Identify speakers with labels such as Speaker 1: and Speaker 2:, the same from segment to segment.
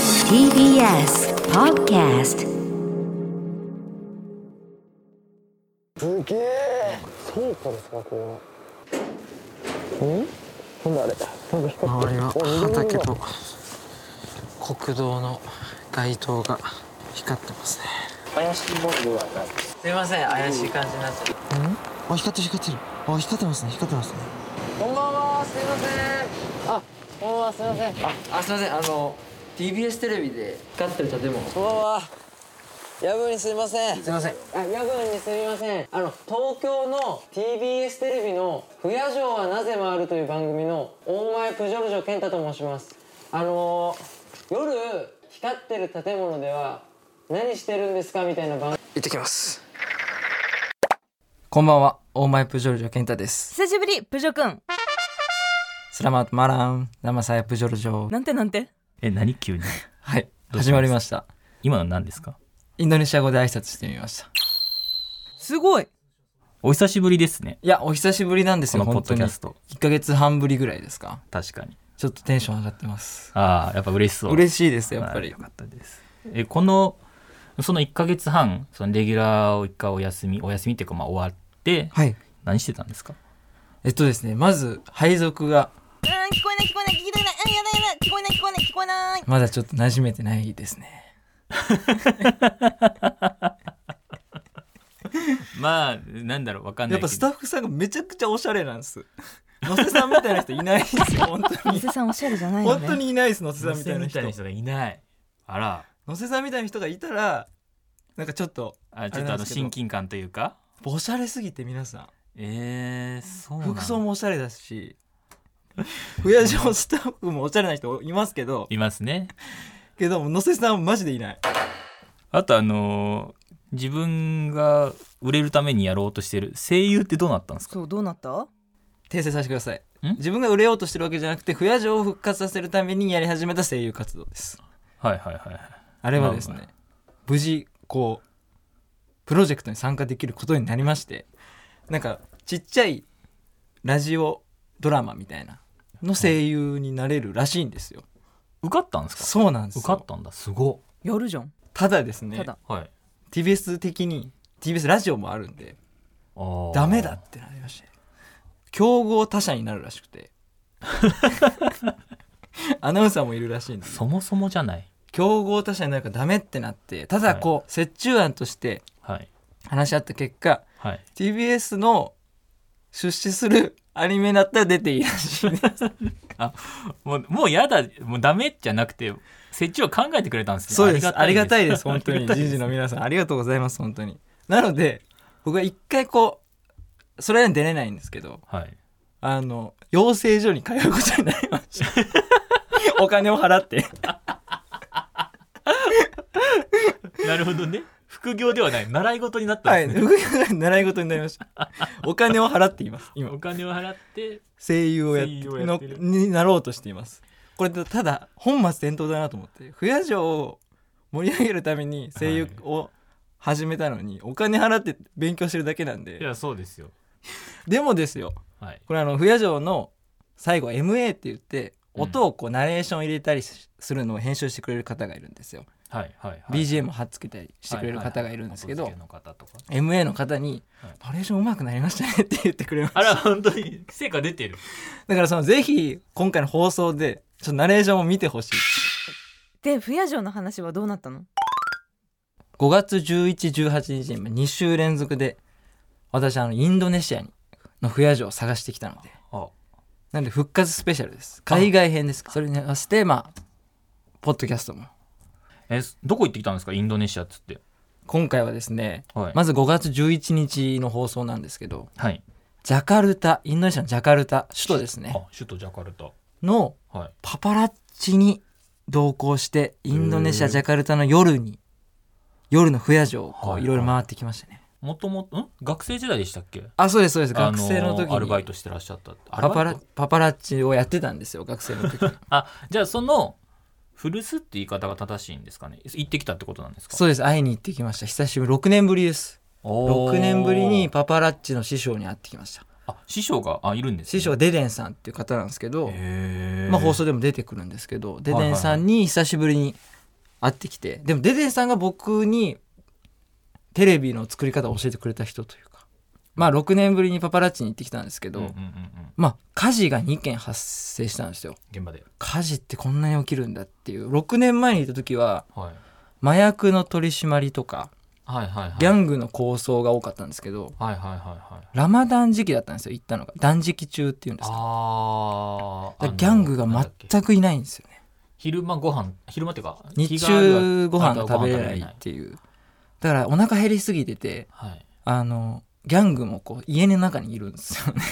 Speaker 1: TBS Podcast
Speaker 2: すげえ倉庫ですかこれはんなんだあれなんか光って
Speaker 3: 周り
Speaker 2: る
Speaker 3: は
Speaker 2: お緑色だ
Speaker 3: 畑と国道の街灯が光ってますね
Speaker 2: 怪しいボールだった
Speaker 3: すいません怪しい感じになっちゃったんあ光ってる光ってるあ光ってますね光ってますね
Speaker 2: こんばんはすいませんあこんばんはすいませんあ
Speaker 3: あすいませんあの TBS テレビで光ってる建物
Speaker 2: こんばんは夜分にすいません
Speaker 3: すいません
Speaker 2: あ夜分にすみませんあの東京の TBS テレビの「不夜城はなぜ回る」という番組の大前プジョルジョ健太と申しますあのー、夜光ってる建物では何してるんですかみたいな番
Speaker 3: 行ってきますこんばんはオーマイプジョルジョ健太です
Speaker 4: 久しぶりプジョくん
Speaker 3: スラマートマランラマサヤプジョルジョ
Speaker 4: なんてなんて
Speaker 5: え、何急に
Speaker 3: はい
Speaker 5: どうします
Speaker 3: 始まりました
Speaker 5: 今の何ですか
Speaker 3: インドネシア語で挨拶してみました
Speaker 4: すごい
Speaker 5: お久しぶりですね。
Speaker 3: いやお久しぶりなんです
Speaker 5: こ
Speaker 3: よ
Speaker 5: のポ
Speaker 3: 本当
Speaker 5: ッド
Speaker 3: に
Speaker 5: キャスト。
Speaker 3: 1ヶ月半ぶりぐらいですか
Speaker 5: 確かに。
Speaker 3: ちょっとテンション上がってます
Speaker 5: ああ、やっぱ嬉しそう。
Speaker 3: 嬉
Speaker 5: し
Speaker 3: しいですやっぱり
Speaker 5: よかったです。え、この、その1ヶ月半、そのレギュラーを一回お休み、お休みっていうかまあ終わって、
Speaker 3: はい
Speaker 5: 何してたんですか
Speaker 3: えっとですねまず配属が
Speaker 4: うん聞こえない聞こえない聞きたくないうんやだやだ聞こえない聞こえない聞こえない
Speaker 3: まだちょっと馴染めてないですね
Speaker 5: まあ、なんだろう、わかんな
Speaker 3: や
Speaker 5: い
Speaker 3: っぱスタッフさんがめちゃくちゃおしゃれなんです 野瀬さんみたいな人いないですよ本当に
Speaker 4: 伊勢さんおしゃれじゃないの
Speaker 3: 本
Speaker 4: ね
Speaker 3: 当にいないです野瀬さんみ
Speaker 5: み
Speaker 3: たい
Speaker 5: たい
Speaker 3: な
Speaker 5: な
Speaker 3: 人
Speaker 5: 人がいない。あら、
Speaker 3: 野瀬さんみたいな人がいたらなんかちょっと
Speaker 5: あちょっと
Speaker 3: れ
Speaker 5: あ
Speaker 3: なんで
Speaker 5: の
Speaker 3: すけど
Speaker 5: 親近感というか。
Speaker 3: おしゃれすぎて皆さ
Speaker 5: えー、そうんなんだ
Speaker 3: 服装もおしゃれだし親父スタッフもおしゃれな人いますけど
Speaker 5: いますね。
Speaker 3: けど野瀬さんはマジでいない
Speaker 5: あとあのー自分が売れるためにやろうとしてる声優ってどうなったんですか
Speaker 4: そうどうなった
Speaker 3: 訂正させてください
Speaker 5: ん
Speaker 3: 自分が売れようとしてるわけじゃなくて不夜城を復活させるためにやり始めた声優活動です
Speaker 5: はいはいはいはい
Speaker 3: あれはですね、
Speaker 5: まあま
Speaker 3: 無事こうプロジェクトに参加できることになりましてなんかちっちゃいラジオドラマみたいなの声優になれるらしいんですよ、
Speaker 5: 受かったんですか
Speaker 3: そうなんです
Speaker 5: 受かっ
Speaker 3: よ
Speaker 5: たんだすご
Speaker 4: やるじゃん
Speaker 3: ただですね
Speaker 4: ただ
Speaker 5: っはい
Speaker 3: TBS 的に TBS ラジオもあるんで
Speaker 5: あー
Speaker 3: ダメだってなりまして競合他社になるらしく てアナウンサーもいるらしいんです
Speaker 5: そもそもじゃない
Speaker 3: 競合他社になるからダメってなってただこう、折衷案として
Speaker 5: はい
Speaker 3: 話し合った結果
Speaker 5: はい
Speaker 3: TBS の出資するアニメだったら出ていいらしいね
Speaker 5: もうもうやだもうダメじゃなくて設置を考えてくれたんです ね
Speaker 3: そうです ありがたいです本当
Speaker 5: あ
Speaker 3: に
Speaker 5: りがたい
Speaker 3: 人
Speaker 5: です
Speaker 3: 事の皆さんありがとうございます本当になので僕は一回こうそれに出れないんですけど
Speaker 5: はい
Speaker 3: あの養成所に通うことになりま したお金を払って
Speaker 5: なるほどね副業ではない習い事になった
Speaker 3: は
Speaker 5: ん
Speaker 3: い
Speaker 5: ですね、
Speaker 3: 習い事になりました お金を払っています今
Speaker 5: お金を払って
Speaker 3: 声優をやっ
Speaker 5: 声優をや
Speaker 3: の
Speaker 5: ってる
Speaker 3: になろうとしていますこれただ本末転倒だなと思って不夜城を盛り上げるために声優を始めたのに、お金払って勉強してるだけなん
Speaker 5: い
Speaker 3: で
Speaker 5: やそうですよ
Speaker 3: でもですよ
Speaker 5: はい
Speaker 3: これあの不夜城の最後は MA って言って
Speaker 5: うん
Speaker 3: 音をこうナレーション入れたりしするのを編集してくれる方がいるんですよ、
Speaker 5: はいはい、はい、
Speaker 3: BGM を貼っつけたりしてくれる方がいるんですけど、
Speaker 5: はいはいはい後付けの方とか
Speaker 3: MA の方に
Speaker 5: はい
Speaker 3: 「ナレーションうまくなりましたね」って言ってくれました
Speaker 5: あら本当に成果出てる
Speaker 3: だからそのぜひ今回の放送でちょっとナレーションを見てほしい
Speaker 4: で不夜城の話はどうなったの
Speaker 3: 5月1118日に2週連続で私あのインドネシアにの不夜城を探してきたので
Speaker 5: あ
Speaker 3: なんで復活スペシャルです海外編ですかそれに合わせてまあポッドキャストも
Speaker 5: えすどこ行ってきたんですかインドネシアっつって
Speaker 3: 今回はですね、
Speaker 5: はい、
Speaker 3: まず5月11日の放送なんですけど
Speaker 5: はい
Speaker 3: ジャカルタインドネシアのジャカルタ首都ですね
Speaker 5: あ首都ジャカルタ
Speaker 3: の
Speaker 5: はい
Speaker 3: パパラッチに同行してインドネシア
Speaker 5: へー
Speaker 3: ジャカルタの夜に夜の不夜城をこ
Speaker 5: は
Speaker 3: う
Speaker 5: い
Speaker 3: いろいろ回ってきましたね、
Speaker 5: もともとん学生時代でしたっけ
Speaker 3: あそうですそうです学生の
Speaker 5: あ
Speaker 3: 時に
Speaker 5: アルバイトしてらっしゃったアル
Speaker 3: パ
Speaker 5: バ
Speaker 3: パ
Speaker 5: イ
Speaker 3: ラ
Speaker 5: ト
Speaker 3: パパラッチをやってたんですよ学生の時
Speaker 5: あじゃあその古巣って言い方が正しいんですかね行ってきたってことなんですか
Speaker 3: そうです会いに行ってきました久しぶり6年ぶりです
Speaker 5: おー
Speaker 3: 6年ぶりにパパラッチの師匠に会ってきました
Speaker 5: あ師匠があいるんです、ね、
Speaker 3: 師匠はデデンさんっていう方なんですけど、
Speaker 5: へー
Speaker 3: まあ、放送でも出てくるんですけどデ
Speaker 5: は
Speaker 3: デ
Speaker 5: い
Speaker 3: ン
Speaker 5: はい
Speaker 3: さんに久しぶりに会ってきて、でもデデンさんが僕にテレビの作り方を教えてくれた人というかまあ6年ぶりにパパラッチに行ってきたんですけど、
Speaker 5: うんうんうんうん
Speaker 3: まあ火事が2件発生したんですよ
Speaker 5: 現場で
Speaker 3: 火事ってこんなに起きるんだっていう6年前にいた時は
Speaker 5: はい
Speaker 3: 麻薬の取り締まりとか
Speaker 5: はいはいはい
Speaker 3: ギャングの抗争が多かったんですけど
Speaker 5: はいはいはいはい
Speaker 3: ラマダン時期だったんですよ行ったのが断食中っていうんですか
Speaker 5: あ
Speaker 3: だ
Speaker 5: あ
Speaker 3: からギャングが全くいないんですよね
Speaker 5: 昼間ご飯昼間っていうか
Speaker 3: 日
Speaker 5: 日がある
Speaker 3: 中ご飯が食べれない
Speaker 5: あ
Speaker 3: っていうだからお腹減りすぎてて
Speaker 5: はい
Speaker 3: あのギャングもこう家の中にいるんです よね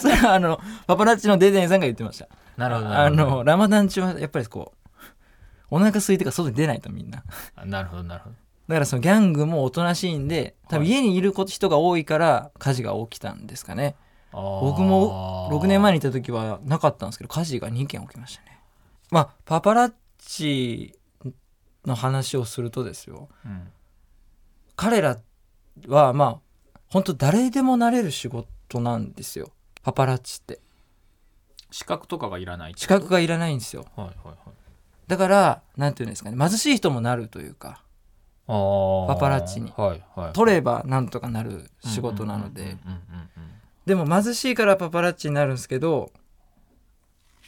Speaker 3: それはあのパパラッチのデデンさんが言ってました
Speaker 5: なるほどな
Speaker 3: あ
Speaker 5: るほど
Speaker 3: のラマダン中はやっぱりこうお腹空いてから外に出ないとみんな
Speaker 5: あなるほどなるほど
Speaker 3: だからそのギャングもおとなしいんで多分
Speaker 5: はい
Speaker 3: 家にいること人が多いから火事が起きたんですかね
Speaker 5: あー
Speaker 3: 僕も6年前にいた時はなかったんですけど火事が2件起きましたねまあパパラッチの話をするとですよ
Speaker 5: うん
Speaker 3: 彼らはまあ本当誰でもなれる仕事なんですよパパラッチって
Speaker 5: 資格とかがいらない
Speaker 3: 資格がいらないんですよ
Speaker 5: はいはいはい
Speaker 3: だから何て言うんですかね貧しい人もなるというか
Speaker 5: あー
Speaker 3: パパラッチに
Speaker 5: はいはい
Speaker 3: 取ればなんとかなる仕事なので、
Speaker 5: うんうんうんうん
Speaker 3: でも貧しいからパパラッチになるんですけど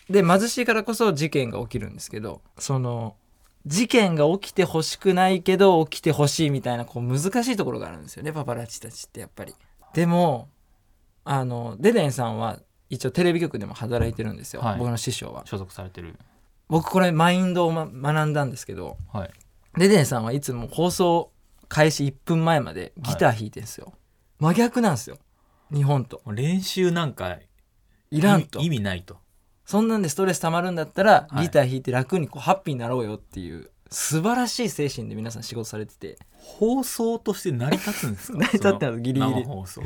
Speaker 3: で貧しいからこそ事件が起きるんですけどその事件が起きてほしくないけど起きてほしいみたいなこう難しいところがあるんですよねパパラッチたちってやっぱり。でもあのデデンさんは一応テレビ局でも働いてるんですよ、
Speaker 5: はい
Speaker 3: 僕の師匠は。
Speaker 5: 所属されてる
Speaker 3: 僕これマインドを、ま、学んだんですけど
Speaker 5: はい
Speaker 3: デデンさんはいつも放送開始1分前までギター弾いてるんですよ。真逆なんですよ日本と。
Speaker 5: もう練習なんか
Speaker 3: いらんと
Speaker 5: 意味意味ないと
Speaker 3: そんなんでストレス溜まるんだったら、
Speaker 5: はい
Speaker 3: ギター弾いて楽にこうハッピーになろうよっていう素晴らしい精神で皆さん仕事されてて
Speaker 5: 放送として成り立つんです か
Speaker 3: 成り立ってます
Speaker 5: その
Speaker 3: ギリギリ
Speaker 5: 生放送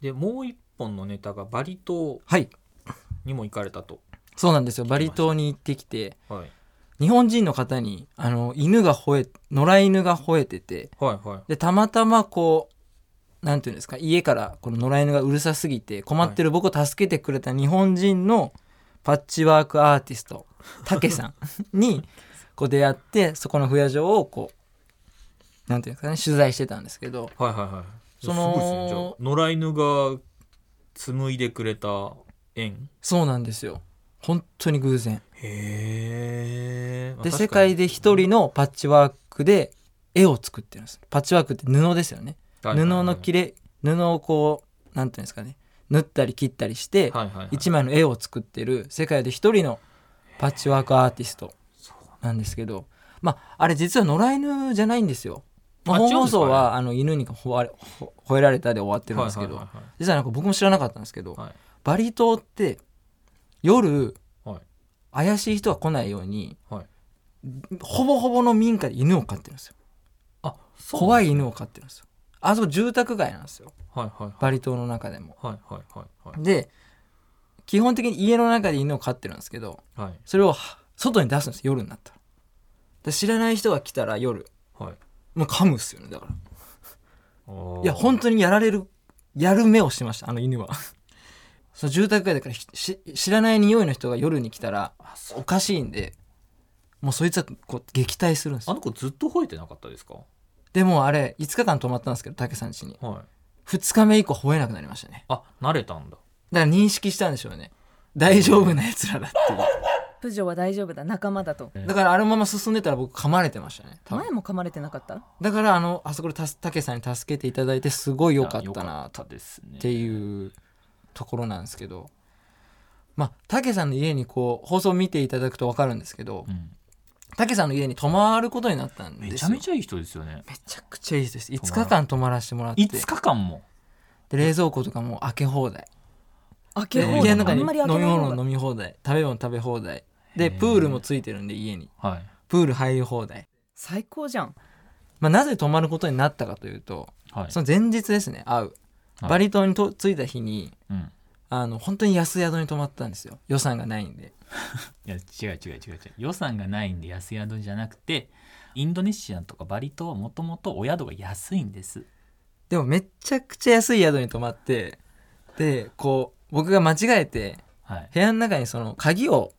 Speaker 5: でもう一本のネタがバリ島
Speaker 3: はい
Speaker 5: にも行かれたと
Speaker 3: そうなんですよ
Speaker 5: 聞きま
Speaker 3: バ
Speaker 5: した
Speaker 3: リ島に行ってきて
Speaker 5: はい
Speaker 3: 日本人の方にあの犬が吠え野良犬が吠えてて
Speaker 5: はいはい
Speaker 3: でたまたまこうなんていうんですか家からこの野良犬がうるさすぎて困ってる僕を助けてくれた日本人のパッチワークアーティストたけさんにこう出会ってそこの不夜城をこうなんていうんですかね取材してたんですけど
Speaker 5: はいはいはい
Speaker 3: その
Speaker 5: すごいですねじゃあ野良犬が紡いでくれた縁
Speaker 3: そうなんですよ本当に偶然
Speaker 5: へえ
Speaker 3: で世界で一人のパッチワークで絵を作ってるんですパッチワークって布ですよね布の切
Speaker 5: れ
Speaker 3: れ布をこうなんていうんですかね縫ったり切ったりして、
Speaker 5: はいはいはい
Speaker 3: 一枚の絵を作ってる世界で一人のパッチワークアーティストなんですけど、まあ、あれ実は野良犬じゃないんですよ。まあ、
Speaker 5: あ違うん
Speaker 3: 本
Speaker 5: ですか
Speaker 3: 放送はあの犬に吠われほ吠えられたで終わってるんですけ
Speaker 5: は
Speaker 3: ど
Speaker 5: いはい
Speaker 3: 実はなんか僕も知らなかったんですけど、
Speaker 5: はいはい
Speaker 3: バリ島って夜
Speaker 5: はい
Speaker 3: 怪しい人が来ないように
Speaker 5: はい
Speaker 3: ほぼほぼの民家で犬を飼ってるんですよ
Speaker 5: あそう
Speaker 3: 怖い犬を飼ってるんですよあそこ住宅街なんですよ
Speaker 5: はいはい
Speaker 3: バリ島の中でも
Speaker 5: はいはいはいはい
Speaker 3: で基本的に家の中で犬を飼ってるんですけど
Speaker 5: はい
Speaker 3: それをは外に出すんです夜になったらで知らない人が来たら夜
Speaker 5: はい
Speaker 3: もう噛むっすよねだから
Speaker 5: おー
Speaker 3: いや本当にやられるやる目をしてましたあの犬 はそう住宅街だからひし知らない匂いの人が夜に来たらおかしいんでもうそいつはこう撃退するんです
Speaker 5: あ
Speaker 3: よ
Speaker 5: の子ずっと吠えてなかったですか
Speaker 3: でもあれ5日間泊まったんですけど竹さん家に
Speaker 5: はい
Speaker 3: 2日目以降吠えなくなりましたね
Speaker 5: あ慣れたんだ
Speaker 3: だから認識したんでしょうね大丈夫なやつらだっていう
Speaker 6: プジョーは大丈夫だ仲間だと
Speaker 3: だからあのまま進んでたら僕噛まれてましたね多分
Speaker 6: 前も噛まれてなかった
Speaker 3: だからあのあそこでたすたけさんに助けていただいてすごい良かっ
Speaker 5: よ
Speaker 3: たな
Speaker 5: かっ
Speaker 3: った
Speaker 5: ですね
Speaker 3: ていうところなんですけどまあたけさんの家にこう放送見ていただくと分かるんですけど
Speaker 5: うん
Speaker 3: たけさんの家に泊まることになったんですよ
Speaker 5: めちゃめちゃいい人ですよね
Speaker 3: めちゃくちゃいい人です
Speaker 5: ま
Speaker 3: 5
Speaker 5: る
Speaker 3: 日間泊まらせてもらって
Speaker 5: 5日間も
Speaker 3: で冷蔵庫とかも開け放題
Speaker 6: 開け
Speaker 3: で
Speaker 6: 放題
Speaker 3: 家の中に
Speaker 6: あん
Speaker 3: 飲
Speaker 6: ま
Speaker 3: み
Speaker 6: り開けない
Speaker 3: 物
Speaker 6: 方
Speaker 3: 飲
Speaker 6: が
Speaker 3: み放題食べ物食べ放題
Speaker 5: へ
Speaker 3: で
Speaker 5: ー
Speaker 3: プールもついてるんで家に
Speaker 5: はい
Speaker 3: プール入り放題、
Speaker 6: 最高じゃん
Speaker 3: まあ、なぜ泊まることになったかというと
Speaker 5: はい
Speaker 3: その前日ですね会う
Speaker 5: はい
Speaker 3: バリ島にと着いた日に、
Speaker 5: うん
Speaker 3: あの本当に安宿に泊まったんですよ予算がないんで
Speaker 5: いや違う違う違う違う予算がないんで安宿じゃなくてインドネシアとかバリ島はもともとお宿が安いんです
Speaker 3: でもめちゃくちゃ安い宿に泊まってでこう僕が間違えて
Speaker 5: はい。
Speaker 3: 部屋の中にその鍵を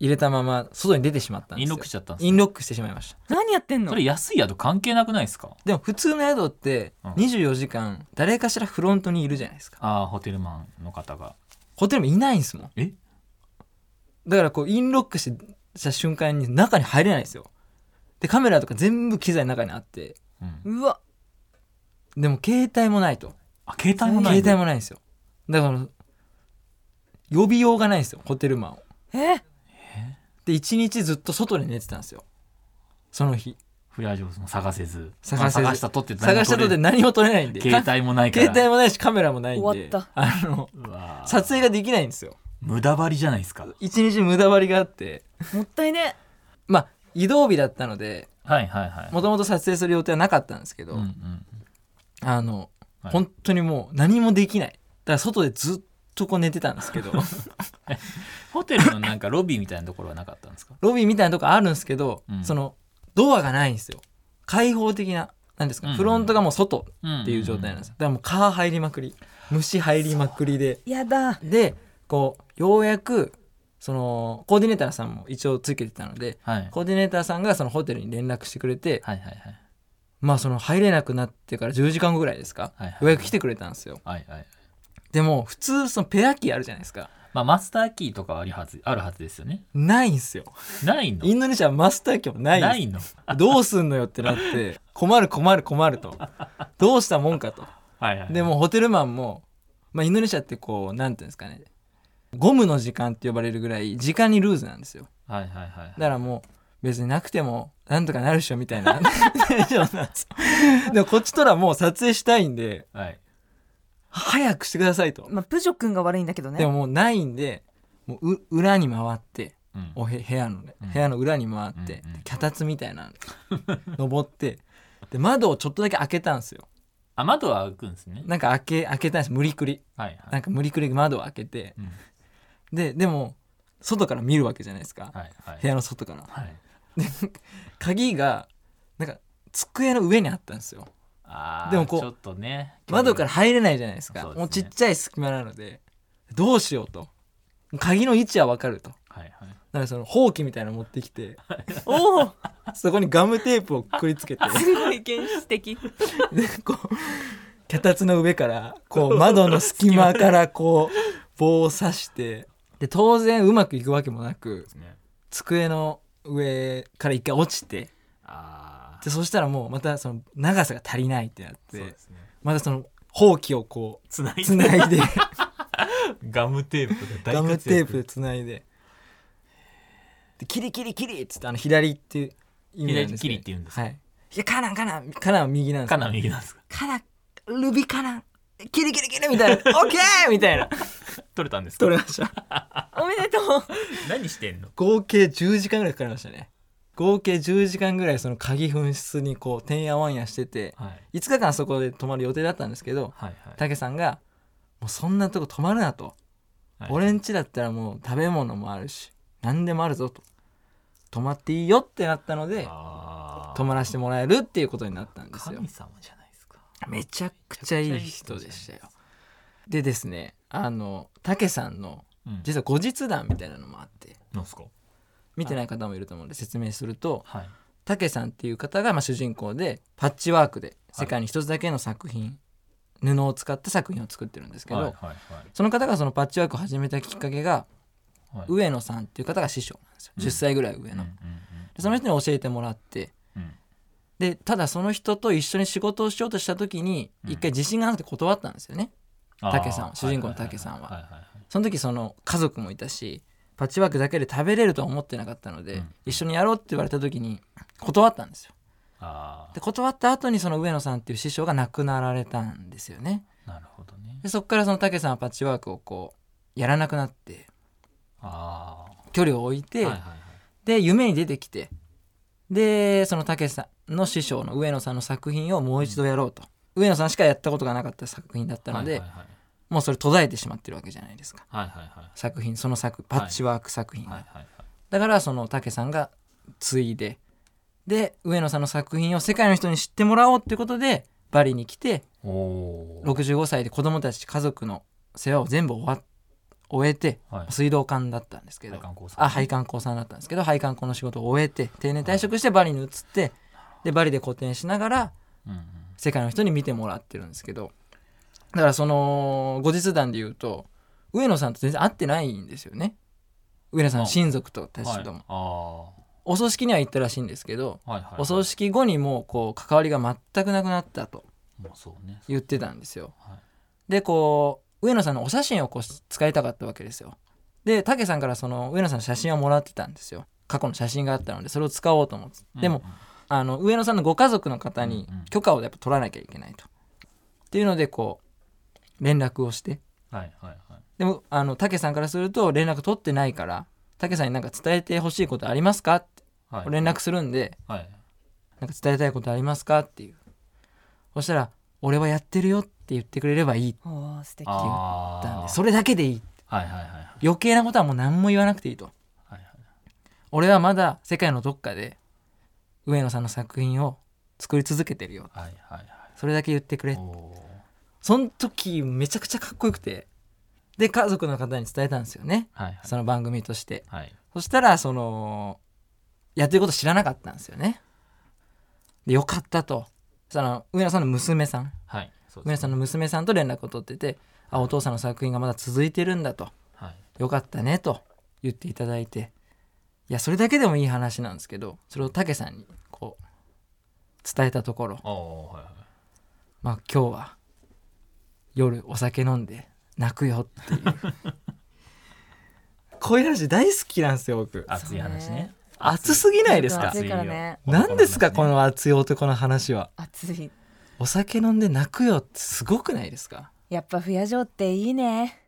Speaker 3: 入れたまま外に出てしまったんですよ
Speaker 5: インロックしちゃったんですね
Speaker 3: インロックしてしまいました
Speaker 6: 何やってんの
Speaker 5: それ安い宿関係なくないですか
Speaker 3: でも普通の宿って
Speaker 5: うん
Speaker 3: 24時間誰かしらフロントにいるじゃないですか
Speaker 5: ああ、ホテルマンの方が。
Speaker 3: ホテルもいないんですもん
Speaker 5: え
Speaker 3: だからこうインロックした瞬間に中に入れないんですよでカメラとか全部機材の中にあって
Speaker 5: うん。
Speaker 6: うわ
Speaker 3: でも携帯もないと
Speaker 5: あ、携帯もない
Speaker 3: 携
Speaker 5: んだ
Speaker 3: 帯もないんですよだから呼びようがないんですよホテルマンを
Speaker 6: え
Speaker 3: で一日ずっと外で寝てたんですよその日
Speaker 5: フレアジョーズも探せず。
Speaker 3: 探せず
Speaker 5: まあ探したとって
Speaker 3: 探したとで何も撮れないんで
Speaker 5: 携帯もないか ら。
Speaker 3: 携帯もないしカメラもないんで
Speaker 6: 終わった
Speaker 3: あの
Speaker 5: うわー
Speaker 3: 撮影ができないんですよ
Speaker 5: 無駄張りじゃないですか。
Speaker 3: 一日無駄割りがあって
Speaker 6: もったいね
Speaker 3: まあ移動日だったので
Speaker 5: はいはいはい。
Speaker 3: もともと撮影する予定はなかったんですけど、
Speaker 5: うんうん。
Speaker 3: あの、
Speaker 5: はい
Speaker 3: 本当にもう何もできないだから外でずっとこう寝てたんですけ ど
Speaker 5: ホテルのなんかロビーみたいなところはなかったんですか
Speaker 3: ロビーみたいなとこあるんですけど、
Speaker 5: うん
Speaker 3: そのドアがないんですよ開放的ななんですか、
Speaker 5: うんうん
Speaker 3: フロントがもう外
Speaker 5: っ
Speaker 3: っていう状態なんです、だからもう蚊入りまくり虫入りまくりで
Speaker 6: やだ
Speaker 3: でこうようやくそのコーディネーターさんも一応つけてたので
Speaker 5: はい。はい
Speaker 3: コーディネーターさんがそのホテルに連絡してくれて、
Speaker 5: はいはい。
Speaker 3: まあその入れなくなってから10時間後ぐらいですか、
Speaker 5: はいはい
Speaker 3: ようやく来てくれたんですよ
Speaker 5: はいはい。
Speaker 3: でも普通そのペアキーあるじゃないですか
Speaker 5: まあマスターキーとかはあるはず、あるはずですよね。
Speaker 3: ないんすよ
Speaker 5: ないの
Speaker 3: インドネシアはマスターキーもないんす
Speaker 5: ないの
Speaker 3: どうすんのよってなって困る困る困るとどうしたもんかと
Speaker 5: はいはい。
Speaker 3: で、もうホテルマンも、まあ、インドネシアってこうなんていうんですかねゴムの時間って呼ばれるぐらい時間にルーズなんですよ
Speaker 5: はいはいはい。
Speaker 3: だからもう別になくてもなんとかなるっしょみたいな大丈夫なんですよでもこっちとらもう撮影したいんで
Speaker 5: はい。
Speaker 3: 早くしてくださいと
Speaker 6: まあプジョ君が悪いんだけどね
Speaker 3: でももうないんでもうう裏に回って
Speaker 5: うん
Speaker 3: おへ部屋のね
Speaker 5: うん
Speaker 3: 部屋の裏に回って、で
Speaker 5: うんうん
Speaker 3: 脚立みたいなの登ってで窓をちょっとだけ開けたんですよ
Speaker 5: あ、窓は開くんですね。
Speaker 3: なんか開け開けたんです無理くり
Speaker 5: はいは
Speaker 3: ないん。か無理くり窓を開けて
Speaker 5: うん
Speaker 3: ででも外から見るわけじゃないですか、
Speaker 5: はいはい。
Speaker 3: 部屋の外から
Speaker 5: はい。
Speaker 3: 鍵がなんか机の上にあったんですよ
Speaker 5: あー
Speaker 3: でもこう
Speaker 5: ちょっとね
Speaker 3: 窓から入れないじゃないですか
Speaker 5: そうですね
Speaker 3: もうちっちゃい隙間なのでどうしようと鍵の位置は分かると
Speaker 5: はいはい
Speaker 3: なんかそのほうきみたいなの持ってきておおそこにガムテープをくくりつけて
Speaker 6: すごい原始的
Speaker 3: でこう脚立の上からこう窓の隙間からこう棒を刺してで当然うまくいくわけもなく
Speaker 5: ね
Speaker 3: 机の上から一回落ちて
Speaker 5: あ
Speaker 3: でそしたらもうまたその長さが足りないってなっ
Speaker 5: ーそう
Speaker 3: て
Speaker 5: ですね
Speaker 3: またそのほうきをこ
Speaker 5: つな
Speaker 3: う
Speaker 5: い
Speaker 3: つない で
Speaker 5: ガムテープが
Speaker 3: ガ
Speaker 5: 大活躍
Speaker 3: ムテープでつないででキリキリキリっつってあの左っていう意味なんですけど
Speaker 5: 左キリって言うんですか
Speaker 3: はいいやカナンカナンカナンは右なんです
Speaker 5: か
Speaker 3: よ
Speaker 5: な右なんですか
Speaker 3: カナンルビカナンキリキリキリみ たいなオッケーみたいな
Speaker 5: 取れたんですか
Speaker 3: 取れました
Speaker 6: おめでとう
Speaker 5: 何してんの
Speaker 3: 合計10時間ぐらいかかりましたね合計10時間ぐらいその鍵紛失にこうてんやわんやしてて
Speaker 5: はい
Speaker 3: 5日間そこで泊まる予定だったんですけど
Speaker 5: はいはい
Speaker 3: たけさんが「もうそんなとこ泊まるな」と「
Speaker 5: はい
Speaker 3: 俺ん家だったらもう食べ物もあるし何でもあるぞ」と「泊まっていいよ」ってなったので
Speaker 5: あー
Speaker 3: 泊まらせてもらえるっていうことになったんですよ
Speaker 5: 神様じゃないですか
Speaker 3: めちゃくちゃいい人でしたよでですねあのたけさんの
Speaker 5: うん
Speaker 3: 実は後日談みたいなのもあって
Speaker 5: なんすか
Speaker 3: 見てない方もいると思うんで説明すると
Speaker 5: はい
Speaker 3: たけさんっていう方がまあ主人公でパッチワークで世界に一つだけの作品、布を使った作品を作ってるんですけど、
Speaker 5: はいはいはい
Speaker 3: その方がそのパッチワークを始めたきっかけが
Speaker 5: はい
Speaker 3: 上野さんっていう方が師匠なんですよ、
Speaker 5: うん
Speaker 3: 10歳ぐらい上
Speaker 5: うんう
Speaker 3: の、
Speaker 5: ん
Speaker 3: でその人に教えてもらって
Speaker 5: うんうん
Speaker 3: でただその人と一緒に仕事をしようとした時に
Speaker 5: うん
Speaker 3: 一回自信がなくて断ったんですよね、
Speaker 5: あー
Speaker 3: たけさん主人公のたけさんはい
Speaker 5: いいい
Speaker 3: その時その家族もいたしパッチワークだけで食べれるとは思ってなかったので、
Speaker 5: うん
Speaker 3: 一緒にやろうって言われた時に断ったんですよ
Speaker 5: あ
Speaker 3: で断った後にその上野さんっていう師匠が亡くなられたんですよね
Speaker 5: ーなるほどね
Speaker 3: でそこからそのたけさんはパッチワークをこうやらなくなって
Speaker 5: あ
Speaker 3: 距離を置い
Speaker 5: ー
Speaker 3: て、
Speaker 5: はいはいはい
Speaker 3: で夢に出てきてでそのたけさんの師匠の上野さんの作品をもう一度やろうと、上野さんしかやったことがなかった作品だったので、
Speaker 5: はいはい
Speaker 3: もうそれ途絶えてしまってるわけじゃないですか
Speaker 5: はいはいはい
Speaker 3: 作品その作パッチワーク作品が、
Speaker 5: はいはいはい
Speaker 3: だからそのたけさんが継いでで上野さんの作品を世界の人に知ってもらおうってことでバリに来て
Speaker 5: おー
Speaker 3: 65歳で子供たち家族の世話を全部終わ終えて、
Speaker 5: はい
Speaker 3: 水道管だったんですけど
Speaker 5: 配管工さん
Speaker 3: あ配管工さんだったんですけど配管工の仕事を終えて定年退職してバリに移って、でバリで個展しながら
Speaker 5: うんうん
Speaker 3: 世界の人に見てもらってるんですけどだからその後日談で言うと上野さんと全然会ってないんですよね上野さんの親族と私
Speaker 5: はい
Speaker 3: とも、
Speaker 5: ああ
Speaker 3: お葬式には行ったらしいんですけど、
Speaker 5: はいはいはい
Speaker 3: お葬式後にもうこう関わりが全くなくなったと
Speaker 5: まあそうね
Speaker 3: 言ってたんですよ、
Speaker 5: はい
Speaker 3: でこう上野さんのお写真をこう使いたかったわけですよで武さんからその上野さんの写真をもらってたんですよ過去の写真があったのでそれを使おうと思って、でもあの上野さんのご家族の方に
Speaker 5: うんうん
Speaker 3: 許可をやっぱ取らなきゃいけないと、っていうのでこう連絡をして
Speaker 5: はいはいはい
Speaker 3: でもあの武さんからすると連絡取ってないから武さんに何か伝えてほしいことありますかって
Speaker 5: はい
Speaker 3: 連絡するんで、
Speaker 5: はい
Speaker 3: なんか伝えたいことありますかっていうそしたら「俺はやってるよ」って言ってくれればいいって
Speaker 6: おー素敵
Speaker 5: あ
Speaker 3: 言ったんで
Speaker 5: あ
Speaker 3: それだけでいい
Speaker 5: はいはいはいはい
Speaker 3: 余計なことはもう何も言わなくていいと
Speaker 5: はいはい
Speaker 3: 俺はまだ世界のどっかで上野さんの作品を作り続けてるよ
Speaker 5: はいはいは
Speaker 3: それだけ言ってく
Speaker 5: い
Speaker 3: れ
Speaker 5: おお
Speaker 3: その時めちゃくちゃかっこよくてで家族の方に伝えたんですよね
Speaker 5: はいはい
Speaker 3: その番組として
Speaker 5: はい
Speaker 3: そしたらそのやってること知らなかったんですよねでよかったとその上野さんの娘さん
Speaker 5: はいそう
Speaker 3: 上
Speaker 5: で
Speaker 3: 野
Speaker 5: す
Speaker 3: さんの娘さんと連絡を取ってて「あお父さんの作品がまだ続いてるんだ」と
Speaker 5: はい
Speaker 3: 「よかったね」と言っていただいていやそれだけでもいい話なんですけどそれを武さんにこう伝えたところ
Speaker 5: おおはいはい
Speaker 3: まあ今日は夜お酒飲んで泣くよっていうこういう話大好きなんですよ僕
Speaker 5: 熱い話ね
Speaker 3: 熱すぎないですか
Speaker 6: 熱いからね
Speaker 3: 何ですかこ
Speaker 5: の
Speaker 3: の熱い男の話は
Speaker 6: 熱い
Speaker 3: お酒飲んで泣くよってすごくないですか
Speaker 6: やっぱ不夜城っていいね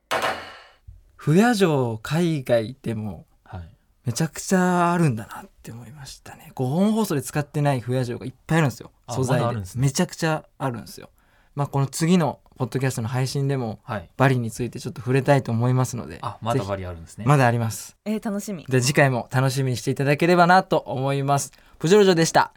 Speaker 3: 不夜城海外でも
Speaker 5: はい
Speaker 3: めちゃくちゃあるんだなって思いましたね5本放送で使ってない不夜城がいっぱいあるんですよ
Speaker 5: あ
Speaker 3: 素材
Speaker 5: ま
Speaker 3: で,、
Speaker 5: だあるんですね
Speaker 3: めちゃくちゃあるんですよまあこの次のポッドキャストの配信でも
Speaker 5: はい
Speaker 3: バリについてちょっと触れたいと思いますので
Speaker 5: あまだ
Speaker 3: ぜひ
Speaker 5: バリあるんですね
Speaker 3: まだあります
Speaker 6: えー楽しみ
Speaker 3: で次回も楽しみにしていただければなと思いますプジョルジョでした